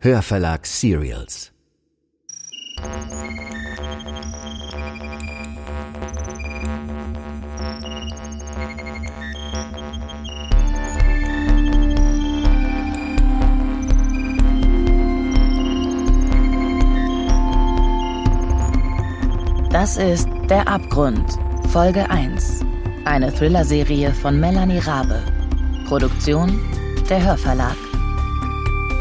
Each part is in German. Hörverlag Serials. Das ist Der Abgrund, Folge 1. Eine Thriller-Serie von Melanie Rabe. Produktion der Hörverlag.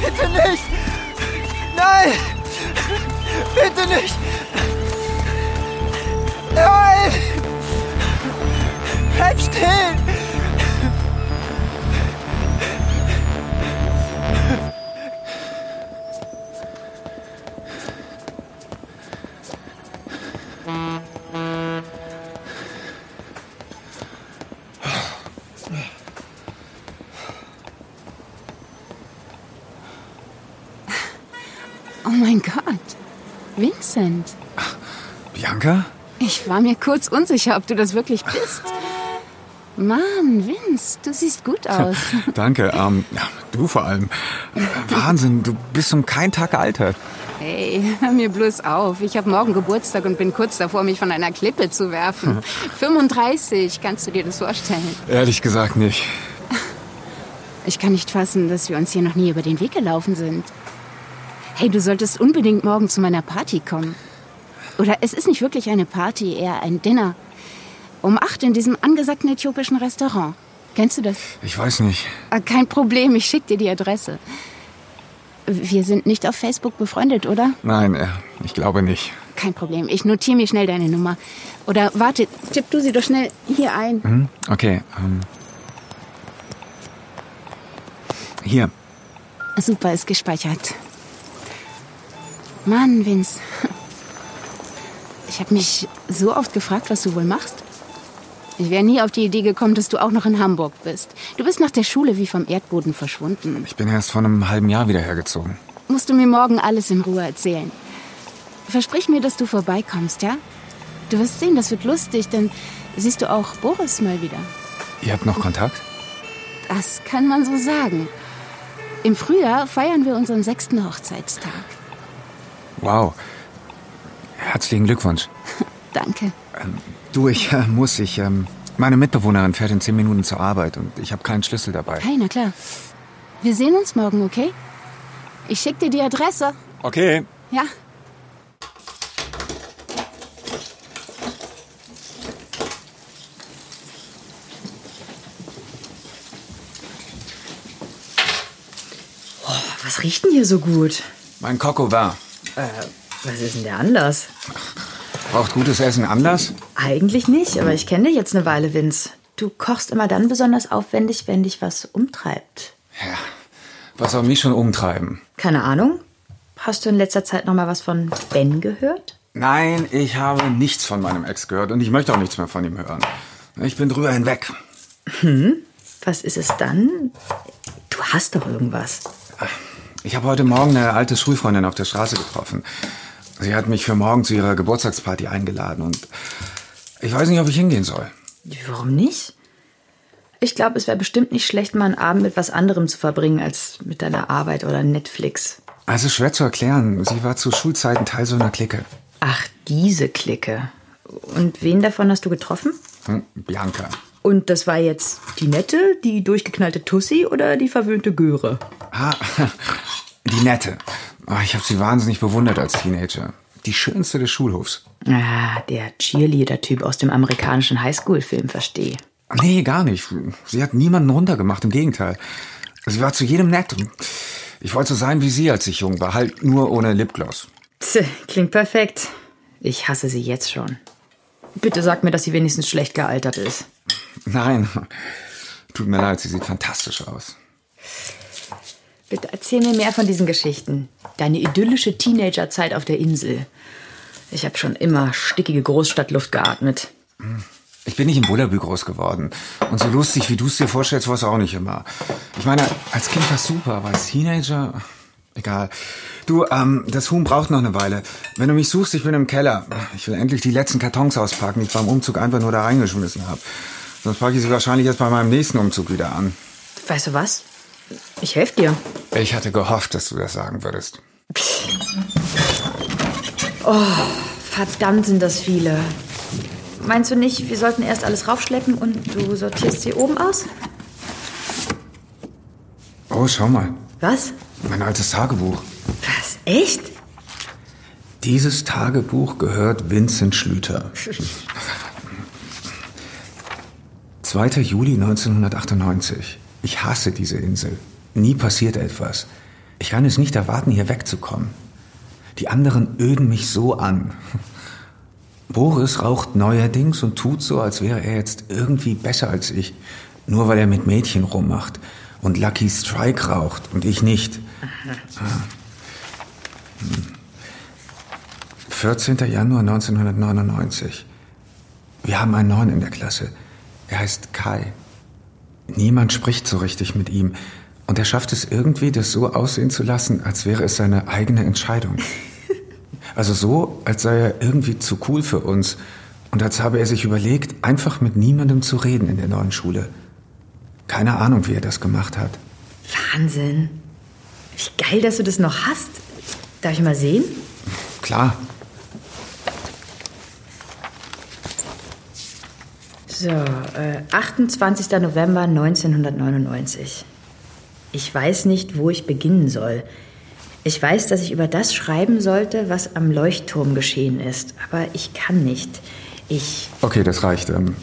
Bitte nicht! Nein! Bitte nicht! Nein! Bleib stehen! Oh mein Gott. Vincent, Bianca? ich war mir kurz unsicher, ob du das wirklich bist. Mann, Vince, du siehst gut aus. Danke, ähm, ja, du vor allem. Äh, Wahnsinn, du bist um keinen Tag gealtert. Hey, hör mir bloß auf. Ich habe morgen Geburtstag und bin kurz davor, mich von einer Klippe zu werfen. 35, kannst du dir das vorstellen? Ehrlich gesagt nicht. Ich kann nicht fassen, dass wir uns hier noch nie über den Weg gelaufen sind. Hey, du solltest unbedingt morgen zu meiner Party kommen. Oder es ist nicht wirklich eine Party, eher ein Dinner. Um acht in diesem angesagten äthiopischen Restaurant. Kennst du das? Ich weiß nicht. Ah, Kein Problem, ich schicke dir die Adresse. Wir sind nicht auf Facebook befreundet, oder? Nein, äh, ich glaube nicht. Kein Problem, ich notiere mir schnell deine Nummer. Oder warte, tipp du sie doch schnell hier ein. Hm? Okay, ähm. Hier. Super, ist gespeichert. Mann, Vince. Ich habe mich so oft gefragt, was du wohl machst. Ich wäre nie auf die Idee gekommen, dass du auch noch in Hamburg bist. Du bist nach der Schule wie vom Erdboden verschwunden. Ich bin erst vor einem halben Jahr wieder hergezogen. Musst du mir morgen alles in Ruhe erzählen. Versprich mir, dass du vorbeikommst, ja? Du wirst sehen, das wird lustig, denn siehst du auch Boris mal wieder. Ihr habt noch Kontakt? Das kann man so sagen. Im Frühjahr feiern wir unseren sechsten Hochzeitstag. Wow. Herzlichen Glückwunsch. Danke. Du, ich äh, muss, ich, ähm, meine Mitbewohnerin fährt in zehn Minuten zur Arbeit und ich habe keinen Schlüssel dabei. Hey, na klar. Wir sehen uns morgen, okay? Ich schick dir die Adresse. Okay. Ja. Was riecht denn hier so gut? Äh, Mein Coco war. Was ist denn der Anlass? Braucht gutes Essen Anlass? Eigentlich nicht, aber ich kenne dich jetzt eine Weile, Vince. Du kochst immer dann besonders aufwendig, wenn dich was umtreibt. Ja. Was soll mich schon umtreiben? Keine Ahnung. Hast du in letzter Zeit noch mal was von Ben gehört? Nein, ich habe nichts von meinem Ex gehört und ich möchte auch nichts mehr von ihm hören. Ich bin drüber hinweg. Hm? Was ist es dann? Du hast doch irgendwas. Ich habe heute Morgen eine alte Schulfreundin auf der Straße getroffen. Sie hat mich für morgen zu ihrer Geburtstagsparty eingeladen und ich weiß nicht, ob ich hingehen soll. Warum nicht? Ich glaube, es wäre bestimmt nicht schlecht, mal einen Abend mit was anderem zu verbringen als mit deiner Arbeit oder Netflix. Es ist schwer zu erklären. Sie war zu Schulzeiten Teil so einer Clique. Ach, diese Clique. Und wen davon hast du getroffen? Hm, Bianca. Und das war jetzt die nette, die durchgeknallte Tussi oder die verwöhnte Göre? Ah, die Nette. Ah, Ich habe sie wahnsinnig bewundert als Teenager. Die schönste des Schulhofs. Ah, der Cheerleader-Typ aus dem amerikanischen Highschool-Film, verstehe. Nee, gar nicht. Sie hat niemanden runtergemacht, im Gegenteil. Sie war zu jedem nett. und Ich wollte so sein wie sie, als ich jung war, halt nur ohne Lipgloss. Tse, klingt perfekt. Ich hasse sie jetzt schon. Bitte sag mir, dass sie wenigstens schlecht gealtert ist. Nein, tut mir leid, sie sieht fantastisch aus. Bitte erzähl mir mehr von diesen Geschichten. Deine idyllische Teenagerzeit auf der Insel. Ich habe schon immer stickige Großstadtluft geatmet. Ich bin nicht in Bullerbü groß geworden. Und so lustig, wie du es dir vorstellst, war es auch nicht immer. Ich meine, als Kind war es super, aber als Teenager... Egal. Du, ähm, das Huhn braucht noch eine Weile. Wenn du mich suchst, ich bin im Keller. Ich will endlich die letzten Kartons auspacken, die ich beim Umzug einfach nur da reingeschmissen habe. Sonst packe ich sie wahrscheinlich erst bei meinem nächsten Umzug wieder an. Weißt du was? Ich helfe dir. Ich hatte gehofft, dass du das sagen würdest. Oh, Verdammt sind das viele. Meinst du nicht, wir sollten erst alles raufschleppen und du sortierst sie oben aus? Oh, schau mal. Was? Mein altes Tagebuch. Was? Echt? Dieses Tagebuch gehört Vincent Schlüter. 2. Juli 1998. Ich hasse diese Insel. Nie passiert etwas. Ich kann es nicht erwarten, hier wegzukommen. Die anderen öden mich so an. Boris raucht neuerdings und tut so, als wäre er jetzt irgendwie besser als ich. Nur weil er mit Mädchen rummacht und Lucky Strike raucht und ich nicht. Ah. Hm. 14. Januar 1999. Wir haben einen neuen in der Klasse. Er heißt Kai. Niemand spricht so richtig mit ihm. Und er schafft es irgendwie, das so aussehen zu lassen, als wäre es seine eigene Entscheidung. Also so, als sei er irgendwie zu cool für uns. Und als habe er sich überlegt, einfach mit niemandem zu reden in der neuen Schule. Keine Ahnung, wie er das gemacht hat. Wahnsinn. Wie geil, dass du das noch hast. Darf ich mal sehen? Klar, So, äh, 28. November 1999. Ich weiß nicht, wo ich beginnen soll. Ich weiß, dass ich über das schreiben sollte, was am Leuchtturm geschehen ist, aber ich kann nicht. Ich, Okay, das reicht. Ähm,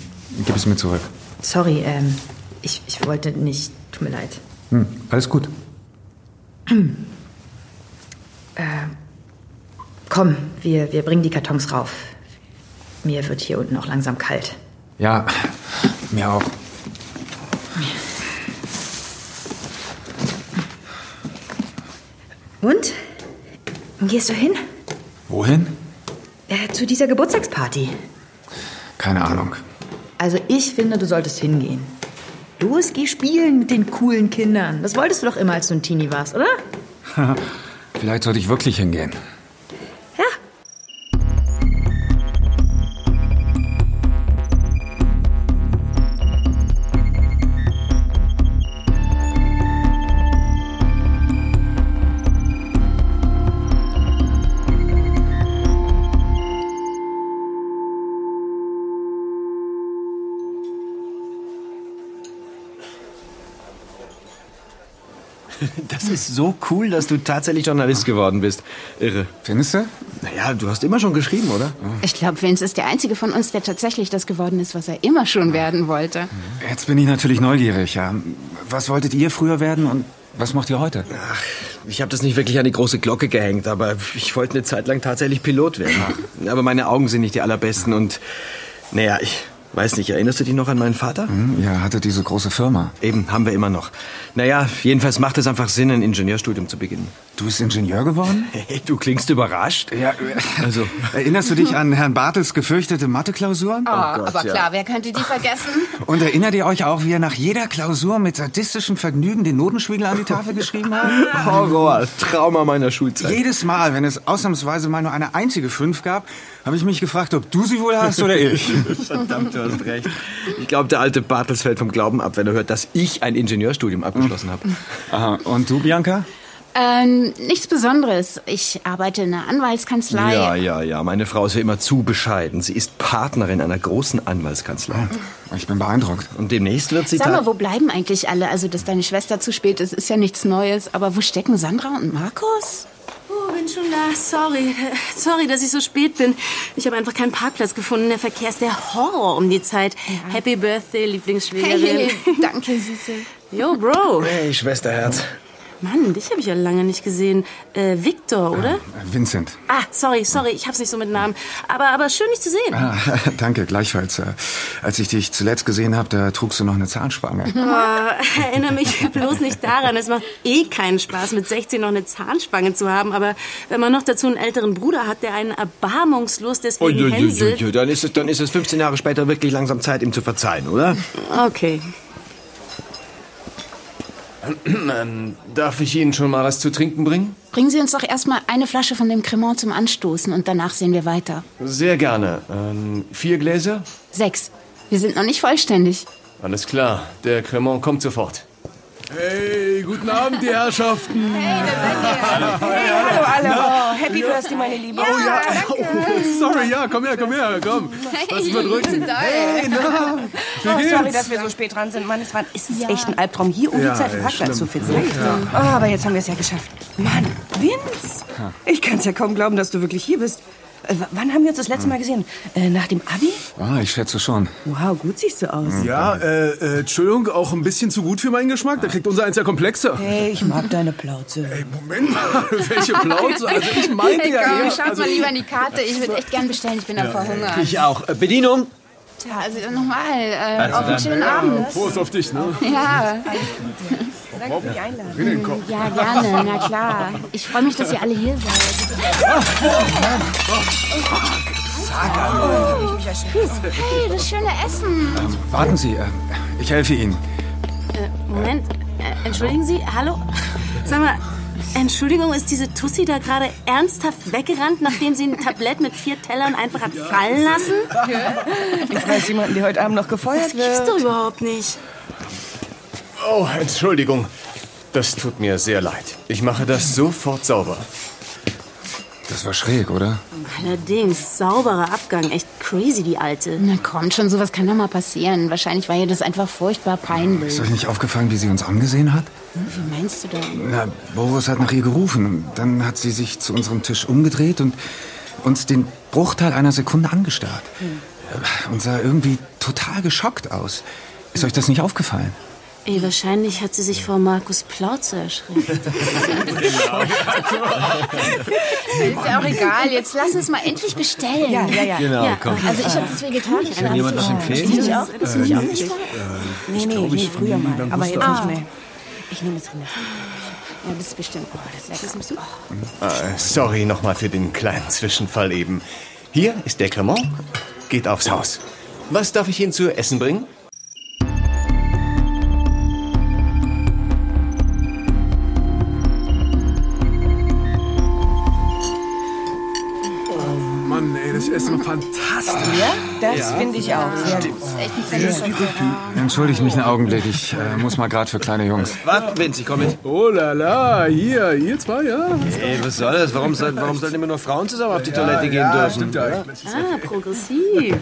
gib es mir zurück. sorry, ähm, ich, ich wollte nicht, tut mir leid. Hm, alles gut. Äh, Komm, wir, wir bringen die Kartons rauf. Mir wird hier unten auch langsam kalt. Ja, mir auch. Und? Gehst du hin? Wohin? Äh, zu dieser Geburtstagsparty. Keine Ahnung. Also ich finde, du solltest hingehen. Los, geh spielen mit den coolen Kindern. Das wolltest du doch immer, als du ein Teenie warst, oder? Vielleicht sollte ich wirklich hingehen. Ja. Das ist so cool, dass du tatsächlich Journalist geworden bist. Irre. Findest du? Naja, du hast immer schon geschrieben, oder? Ich glaube, Vince ist der Einzige von uns, der tatsächlich das geworden ist, was er immer schon werden wollte. Jetzt bin ich natürlich neugierig, ja. Was wolltet ihr früher werden und was macht ihr heute? Ich habe das nicht wirklich an die große Glocke gehängt, aber ich wollte eine Zeit lang tatsächlich Pilot werden. Ah. Aber meine Augen sind nicht die allerbesten und naja, ich weiß nicht, erinnerst du dich noch an meinen Vater? Hm, ihr hattet diese große Firma. Eben, haben wir immer noch. Naja, jedenfalls macht es einfach Sinn, ein Ingenieurstudium zu beginnen. Du bist Ingenieur geworden? Hey, du klingst überrascht. Ja, äh, Also, Erinnerst du dich an Herrn Bartels gefürchtete Mathe-Klausuren? Oh Gott, Ah, Oh aber ja. klar, wer könnte die vergessen? Und erinnert ihr euch auch, wie er nach jeder Klausur mit sadistischem Vergnügen den Notenspiegel an die Tafel geschrieben hat? Horror, Trauma meiner Schulzeit. Jedes Mal, wenn es ausnahmsweise mal nur eine einzige 5 gab, habe ich mich gefragt, ob du sie wohl hast oder ich. Verdammt, du hast recht. Ich glaube, der alte Bartels fällt vom Glauben ab, wenn er hört, dass ich ein Ingenieurstudium abgeschlossen habe. Aha. Und du, Bianca? Ähm, nichts Besonderes. Ich arbeite in einer Anwaltskanzlei. Ja, ja, ja. Meine Frau ist ja immer zu bescheiden. Sie ist Partnerin einer großen Anwaltskanzlei. Ich bin beeindruckt. Und demnächst wird sie... Sag ta- mal, wo bleiben eigentlich alle? Also, dass deine Schwester zu spät ist, ist ja nichts Neues. Aber wo stecken Sandra und Markus? Oh, bin schon da. Sorry. Äh, Sorry, dass ich so spät bin. Ich habe einfach keinen Parkplatz gefunden. Der Verkehr ist der Horror um die Zeit. Happy Birthday, Lieblingsschwägerin. danke, Süße. Yo, Bro. Hey, Schwesterherz. Mann, dich habe ich ja lange nicht gesehen. Äh, Victor, oder? Vincent. Ah, sorry, sorry, ich hab's nicht so mit Namen. Aber, aber schön, dich zu sehen. Ah, danke, gleichfalls. äh, Als ich dich zuletzt gesehen habe, da trugst du noch eine Zahnspange. Oh, erinnere mich bloß nicht daran. Es macht eh keinen Spaß, mit 16 noch eine Zahnspange zu haben. Aber wenn man noch dazu einen älteren Bruder hat, der einen erbarmungslos deswegen Ui, ui, ui, hänselt. ui, Dann ist, es, dann ist es 15 Jahre später wirklich langsam Zeit, ihm zu verzeihen, oder? Oh, Okay. Ähm, darf ich Ihnen schon mal was zu trinken bringen? Bringen Sie uns doch erstmal eine Flasche von dem Cremant zum Anstoßen und danach sehen wir weiter. Sehr gerne. Ähm, vier Gläser? Sechs. Wir sind noch nicht vollständig. Alles klar, der Cremant kommt sofort. Hey, guten Abend, die Herrschaften. Hallo alle. Oh, happy Birthday, meine Liebe. Ja, oh, ja. sorry, ja, komm her, komm her, komm. Lass mal drücken. Hey, na, Oh, sorry, dass wir so spät dran sind. Mann, es, war, es ist echt ein Albtraum, hier um die Zeit einen Parkplatz zu finden. Oh, aber jetzt haben wir es ja geschafft. Mann, Vince, ich kann es ja kaum glauben, dass du wirklich hier bist. Äh, w- wann haben wir uns das letzte Mal gesehen? Äh, nach dem Abi? Ah, ich schätze schon. Wow, gut siehst du aus. Hm. Ja, äh, äh, Entschuldigung, auch ein bisschen zu gut für meinen Geschmack. Da kriegt unser eins ja komplexer. Hey, ich mag deine Plauze. Moment mal, welche Plauze? Also ich meinte ja Also eher... schaut mal lieber in die Karte. Ich würde echt gern bestellen. Ich bin am Verhungern. Ich auch. Äh, Bedienung? Tja, also nochmal. Äh, auf einen schönen Abend. Also äh, Prost auf dich, ne? Ja, Danke für die Einladung. ja, gerne. Na klar. Ich freue mich, dass ihr alle hier seid. Hey, das schöne Essen. Warten Sie, äh, ich helfe Ihnen. Äh, Moment, äh, entschuldigen Sie, hallo? Sag mal, Entschuldigung, ist diese Tussi da gerade ernsthaft weggerannt, nachdem sie ein Tablett mit vier Tellern einfach hat fallen lassen? Ich weiß jemanden, der heute Abend noch gefeuert Das gibt's wird. doch überhaupt nicht. Oh, Entschuldigung. Das tut mir sehr leid. Ich mache das sofort sauber. Das war schräg, oder? Allerdings, sauberer Abgang. Echt crazy, die Alte. Na komm schon, sowas kann doch mal passieren. Wahrscheinlich war ihr das einfach furchtbar peinlich. Ist euch nicht aufgefallen, wie sie uns angesehen hat? Wie meinst du denn? Na, Boris hat nach ihr gerufen. und Dann hat sie sich zu unserem Tisch umgedreht und uns den Bruchteil einer Sekunde angestarrt. Äh, Und sah irgendwie total geschockt aus. Ist euch das nicht aufgefallen? Ey, wahrscheinlich hat sie sich vor Markus Plauze erschreckt. Ist ja auch egal. Jetzt lass uns mal endlich bestellen. Ja, ja, ja. Genau, Ja, komm. Also ich habe das vegetarisch. Kann jemand was empfehlen? Ich auch. Nee, nee, nee, früher mal. Aber jetzt nicht mehr. Ich nehme jetzt Rinder. Ja, das ist bestimmt. Oh, das ist lecker. Äh, sorry nochmal für den kleinen Zwischenfall eben. Hier ist der Cremant. Geht aufs Haus. Was darf ich Ihnen zu essen bringen? Oh, Mann, ey, das Essen war fantastisch. Das finde ich auch. Sehr gut. Entschuldigt mich einen Augenblick. Ich äh, muss mal gerade für kleine Jungs. Warte, Vinzi, komm mit. Oh la la, hier, ihr zwei, ja? Ey, was soll das? Warum, soll, warum sollten immer nur Frauen zusammen auf die Toilette gehen dürfen? ja. Ah, progressiv.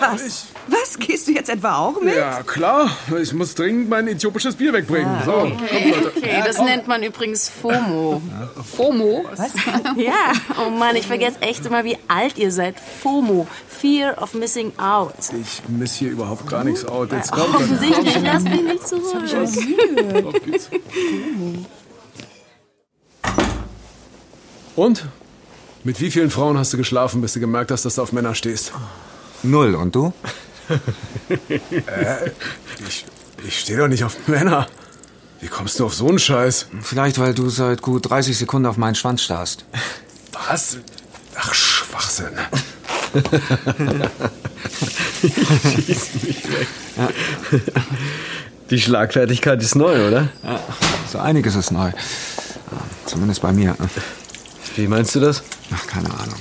Was? Was? Gehst du jetzt etwa auch mit? Ja, klar. Ich muss dringend mein äthiopisches Bier wegbringen. So. Ah, Okay, das nennt man übrigens FOMO. FOMO. Was? Ja, oh Mann, ich vergesse echt immer, wie alt ihr seid. FOMO, Fear of Missing Out. Ich miss hier überhaupt gar nichts out. Jetzt kommt er. Offensichtlich lasst mich nicht zurück. Auf geht's. Und? Mit wie vielen Frauen hast du geschlafen, bis du gemerkt hast, dass du auf Männer stehst? Ah. Null. Und du? Äh, Ich, ich stehe doch nicht auf Männer. Wie kommst du auf so einen Scheiß? Vielleicht, weil du seit gut 30 Sekunden auf meinen Schwanz starrst. Was? Ach, Schwachsinn. Die Schlagfertigkeit ist neu, oder? So einiges ist neu. Zumindest bei mir. Wie meinst du das? Ach, keine Ahnung.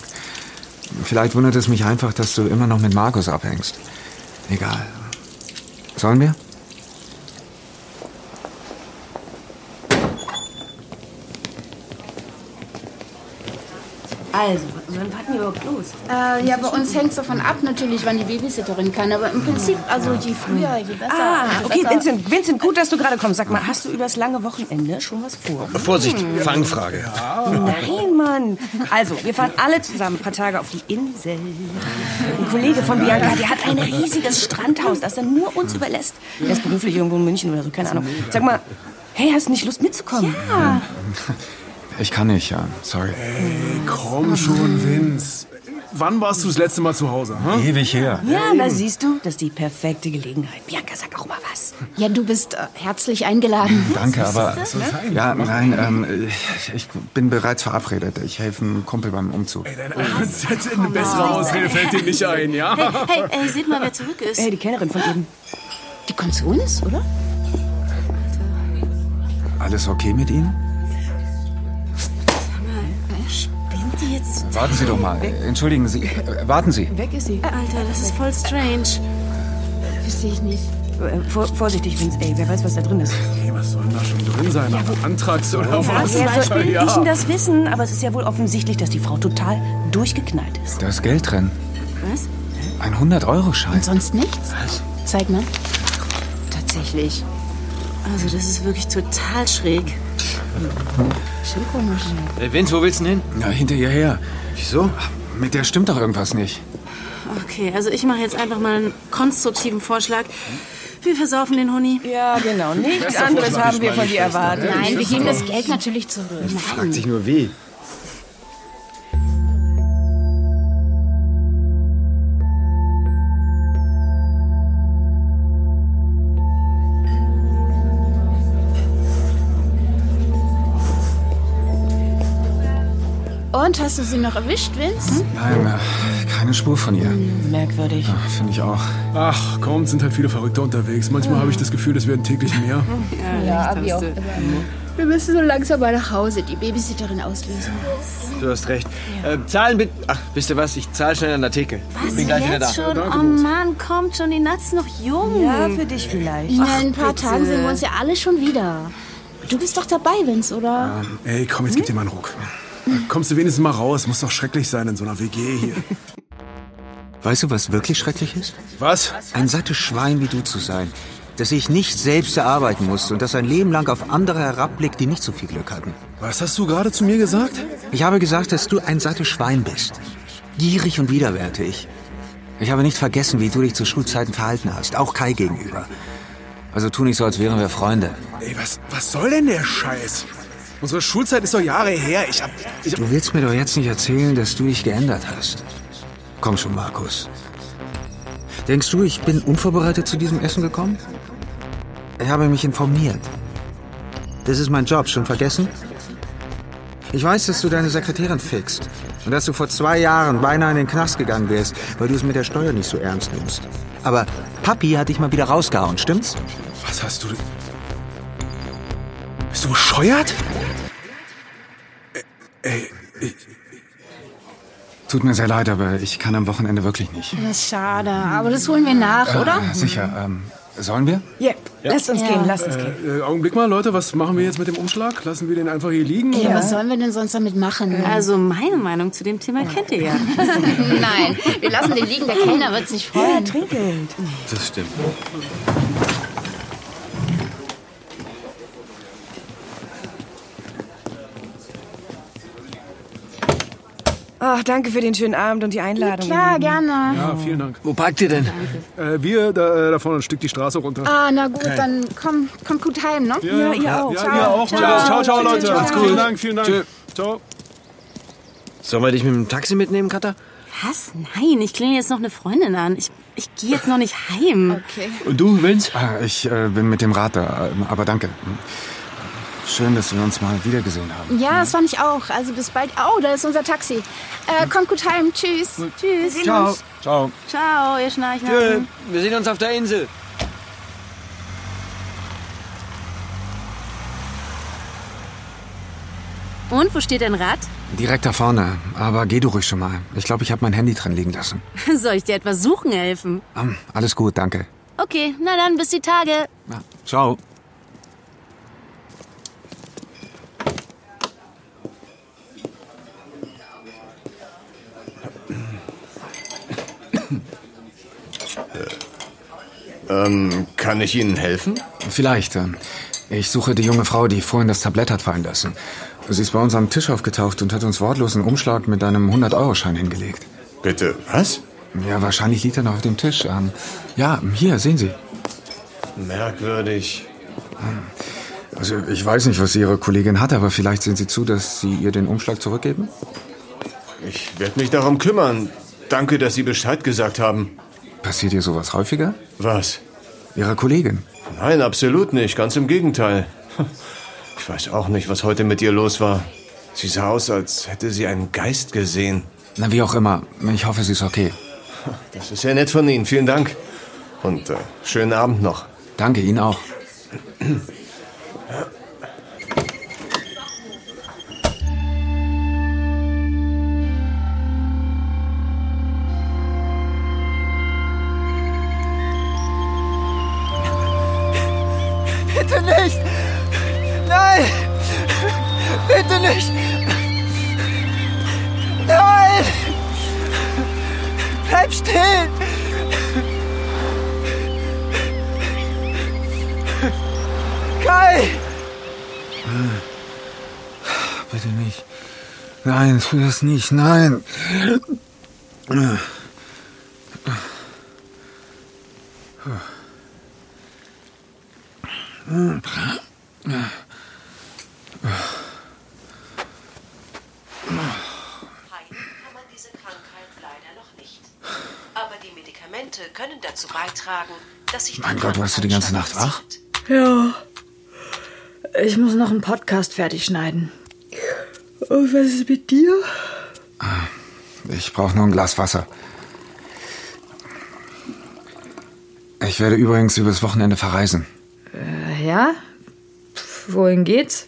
Vielleicht wundert es mich einfach, dass du immer noch mit Markus abhängst. Egal. Sollen wir? Also, wann warten wir überhaupt los? Äh, ja, bei uns hängt es davon ab natürlich, wann die Babysitterin kann. Aber im Prinzip, also je früher, je besser. Ah, Je okay, besser. Vincent, Vincent, gut, dass du gerade kommst. Sag mal, hast du übers lange Wochenende schon was vor? Hm. Vorsicht, Fangfrage. Nein, Mann. Also, wir fahren alle zusammen ein paar Tage auf die Insel. Ein Kollege von Bianca, der hat ein riesiges Strandhaus, das er nur uns überlässt. Der ist beruflich irgendwo in München oder so, keine Ahnung. Sag mal, Hey, hast du nicht Lust mitzukommen? Ja. Ich kann nicht, ja. Sorry. Hey, komm schon, Vince. Wann warst du das letzte Mal zu Hause? Hm? Ewig her. Ja, da siehst du, das ist die perfekte Gelegenheit. Bianca, sag auch mal was. Ja, du bist äh, herzlich eingeladen. Danke, aber. Siehst du, ne? Ja, nein, ähm, ich- ich bin bereits verabredet. Ich helfe einem Kumpel beim Umzug. Jetzt eine bessere Ausrede fällt dir nicht ein, ja? Oh Hey, äh, hey, seht mal, wer zurück ist. Hey, die Kellnerin von eben. Die kommt zu uns, oder? Alles okay mit Ihnen? Spinnt die jetzt? Warten Sie doch mal. Entschuldigen Sie. äh, Warten Sie. Weg ist sie. Alter, das ist voll strange. Verstehe ich nicht. Äh, vor, vorsichtig, Vince. Ey, wer weiß, was da drin ist. Hey, was soll denn da schon drin sein? Auf Antrags oder was? Wer soll Ja. ich denn das wissen? Aber es ist ja wohl offensichtlich, dass die Frau total durchgeknallt ist. Da ist Geld drin. Was? Ein 100-Euro-Schein. Sonst nichts? Zeig mal. Tatsächlich. Also, das ist wirklich total schräg. Schon komisch. Äh, Vince, wo willst du denn hin? Na, hinter ihr her. Wieso? Mit der stimmt doch irgendwas nicht. Okay, also ich mache jetzt einfach mal einen konstruktiven Vorschlag. Wir versaufen den Honig. Ja, genau. Nichts anderes haben wir von dir erwartet. Nein, wir geben das Geld natürlich zurück. Fragt sich nur wie. Und hast du sie noch erwischt, Vince? Nein, äh, keine Spur von ihr. Hm. Merkwürdig. Ja, Finde ich auch. Ach komm, sind halt viele Verrückte unterwegs. Manchmal habe ich das Gefühl, es werden täglich mehr. Ja, aber auch. Wir müssen so langsam mal nach Hause die Babysitterin auslösen. Du hast recht. Ähm, zahlen bitte. Ach, wisst ihr was? Ich zahle schnell an der Theke. Was? Bin gleich wieder da. Jetzt schon? Oh Mann, kommt schon, die Nacht ist noch jung. Ja, für dich vielleicht. In ein paar Tagen sehen wir uns ja alle schon wieder. Du bist doch dabei, Vince, oder? Ey, komm, jetzt gib dir mal einen Ruck. Kommst du wenigstens mal raus? Muss doch schrecklich sein in so einer WG hier. Weißt du, was wirklich schrecklich ist? Was? Ein sattes Schwein wie du zu sein. Dass ich nicht selbst erarbeiten musste und dass ein Leben lang auf andere herabblickt, die nicht so viel Glück hatten. Was hast du gerade zu mir gesagt? Ich habe gesagt, dass du ein sattes Schwein bist. Gierig und widerwärtig. Ich habe nicht vergessen, wie du dich zu Schulzeiten verhalten hast, auch Kai gegenüber. Also tu nicht so, als wären wir Freunde. Ey, was, was soll denn der Scheiß? Unsere Schulzeit ist doch Jahre her. Ich hab. Ich hab Du willst mir doch jetzt nicht erzählen, dass du dich geändert hast. Komm schon, Markus. Denkst du, ich bin unvorbereitet zu diesem Essen gekommen? Ich habe mich informiert. Das ist mein Job, schon vergessen? Ich weiß, dass du deine Sekretärin fixst und dass du vor zwei Jahren beinahe in den Knast gegangen wärst, weil du es mit der Steuer nicht so ernst nimmst. Aber Papi hat dich mal wieder rausgehauen, stimmt's? was hast du. denn- Bist du bescheuert? Tut mir sehr leid, aber ich kann am Wochenende wirklich nicht. Äh, Das ist schade, aber das holen wir nach, oder? sicher. hm, sollen wir? Yep. Lasst uns Ja. gehen, lasst uns gehen. Äh, Augenblick mal, Leute, was machen wir jetzt mit dem Umschlag? Lassen wir den einfach hier liegen? Ja, was sollen wir denn sonst damit machen? Also meine Meinung zu dem Thema kennt ihr ja. Nein, wir lassen den liegen, der Kellner wird sich freuen. Trinkgeld. Das stimmt. Ach, danke für den schönen Abend und die Einladung. Klar, gerne. Ja, vielen Dank. Wo parkt ihr denn? Äh, wir da, äh, da vorne ein Stück die Straße runter. Ah, na gut, dann komm, kommt gut heim, ne? Ja, ihr auch. Ja, ihr auch. Ciao, ciao, ciao Leute. Macht's gut. Vielen Dank, vielen Dank. Tschö. Ciao. Sollen wir dich mit dem Taxi mitnehmen, Katha? Was? Nein, ich klinge jetzt noch eine Freundin an. Ich, ich gehe jetzt noch nicht heim. Okay. Und du, Vince? Ah, Ich äh, bin mit dem Rad da, ähm, aber danke. Schön, dass wir uns mal wiedergesehen haben. Ja, das fand ich auch. Also bis bald. Oh, da ist unser Taxi. Äh, kommt gut heim. Tschüss. Tschüss. Ciao. Ciao. Ciao, ihr Schnarchnasen. Tschö. Wir sehen uns auf der Insel. Und wo steht dein Rad? Direkt da vorne, aber geh du ruhig schon mal. Ich glaube, ich habe mein Handy drin liegen lassen. Soll ich dir etwas suchen helfen? Ähm, alles gut, danke. Okay, na dann, bis die Tage. Ja, ciao. Äh, Ähm, Kann ich Ihnen helfen? Vielleicht. ähm, Ich suche die junge Frau, die vorhin das Tablett hat fallen lassen. Sie ist bei uns am Tisch aufgetaucht und hat uns wortlos einen Umschlag mit einem 100-Euro-Schein hingelegt. Bitte, was? Ja, wahrscheinlich liegt er noch auf dem Tisch. Ähm, ja, hier, sehen Sie. Merkwürdig. Also ich weiß nicht, was Ihre Kollegin hat, aber vielleicht sehen Sie zu, dass Sie ihr den Umschlag zurückgeben? Ich werde mich darum kümmern. Danke, dass Sie Bescheid gesagt haben. Passiert ihr sowas häufiger? Was? Ihrer Kollegin? Nein, absolut nicht. Ganz im Gegenteil. Ich weiß auch nicht, was heute mit ihr los war. Sie sah aus, als hätte sie einen Geist gesehen. Na, wie auch immer. Ich hoffe, sie ist okay. Das ist ja nett von Ihnen. Vielen Dank. Und äh, schönen Abend noch. Danke, Ihnen auch. Bitte nicht! Nein! Bitte nicht! Nein! Bleib stehen! Kai! Ah, Bitte nicht. Nein, tu das nicht. Nein. Heilen kann man diese Krankheit leider noch nicht. Aber die Medikamente können dazu beitragen, dass sich die Mein Gott, warst du die ganze Nacht wach? Ja. Ich muss noch einen Podcast fertig schneiden. Und was ist mit dir? Ich brauche nur ein Glas Wasser. Ich werde übrigens übers Wochenende verreisen. Äh, ja? Pf, Wohin geht's?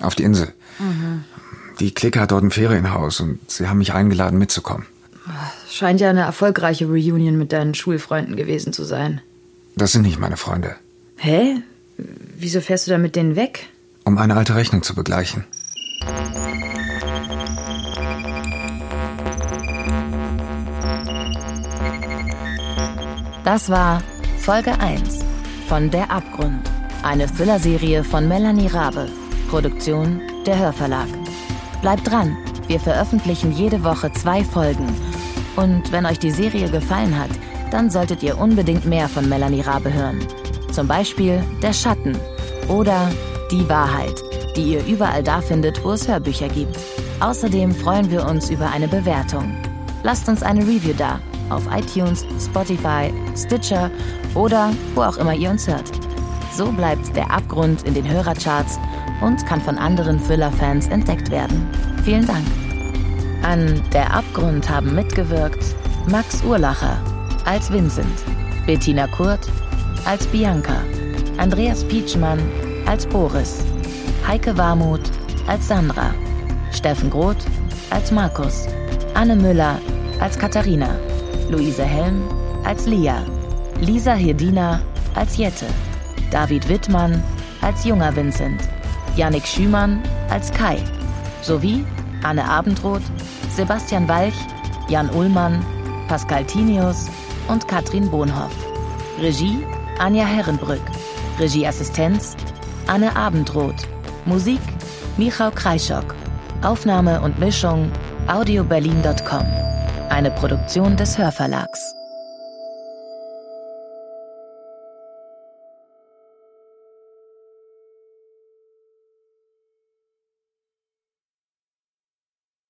Auf die Insel. Mhm. Die Clique hat dort ein Ferienhaus und sie haben mich eingeladen, mitzukommen. Scheint ja eine erfolgreiche Reunion mit deinen Schulfreunden gewesen zu sein. Das sind nicht meine Freunde. Hä? Wieso fährst du dann mit denen weg? Um eine alte Rechnung zu begleichen. Das war Folge 1 von Der Abgrund. Eine Thriller-Serie von Melanie Rabe. Produktion der Hörverlag. Bleibt dran, wir veröffentlichen jede Woche zwei Folgen. Und wenn euch die Serie gefallen hat, dann solltet ihr unbedingt mehr von Melanie Rabe hören. Zum Beispiel Der Schatten oder Die Wahrheit, die ihr überall da findet, wo es Hörbücher gibt. Außerdem freuen wir uns über eine Bewertung. Lasst uns eine Review da auf iTunes, Spotify, Stitcher oder wo auch immer ihr uns hört. So bleibt der Abgrund in den Hörercharts und kann von anderen Thriller-Fans entdeckt werden. Vielen Dank. An Der Abgrund haben mitgewirkt Max Urlacher als Vincent, Bettina Kurt als Bianca, Andreas Pietschmann als Boris, Heike Warmuth als Sandra, Steffen Groth als Markus, Anne Müller als Katharina, Luise Helm als Lia, Lisa Hirdina als Jette, David Wittmann als junger Vincent, Yannick Schümann als Kai, sowie Anne Abendroth, Sebastian Walch, Jan Ullmann, Pascal Tinius und Katrin Bohnhoff. Regie Anja Herrenbrück. Regieassistenz Anne Abendroth. Musik Michał Kreischock. Aufnahme und Mischung audioberlin.com. Eine Produktion des Hörverlags.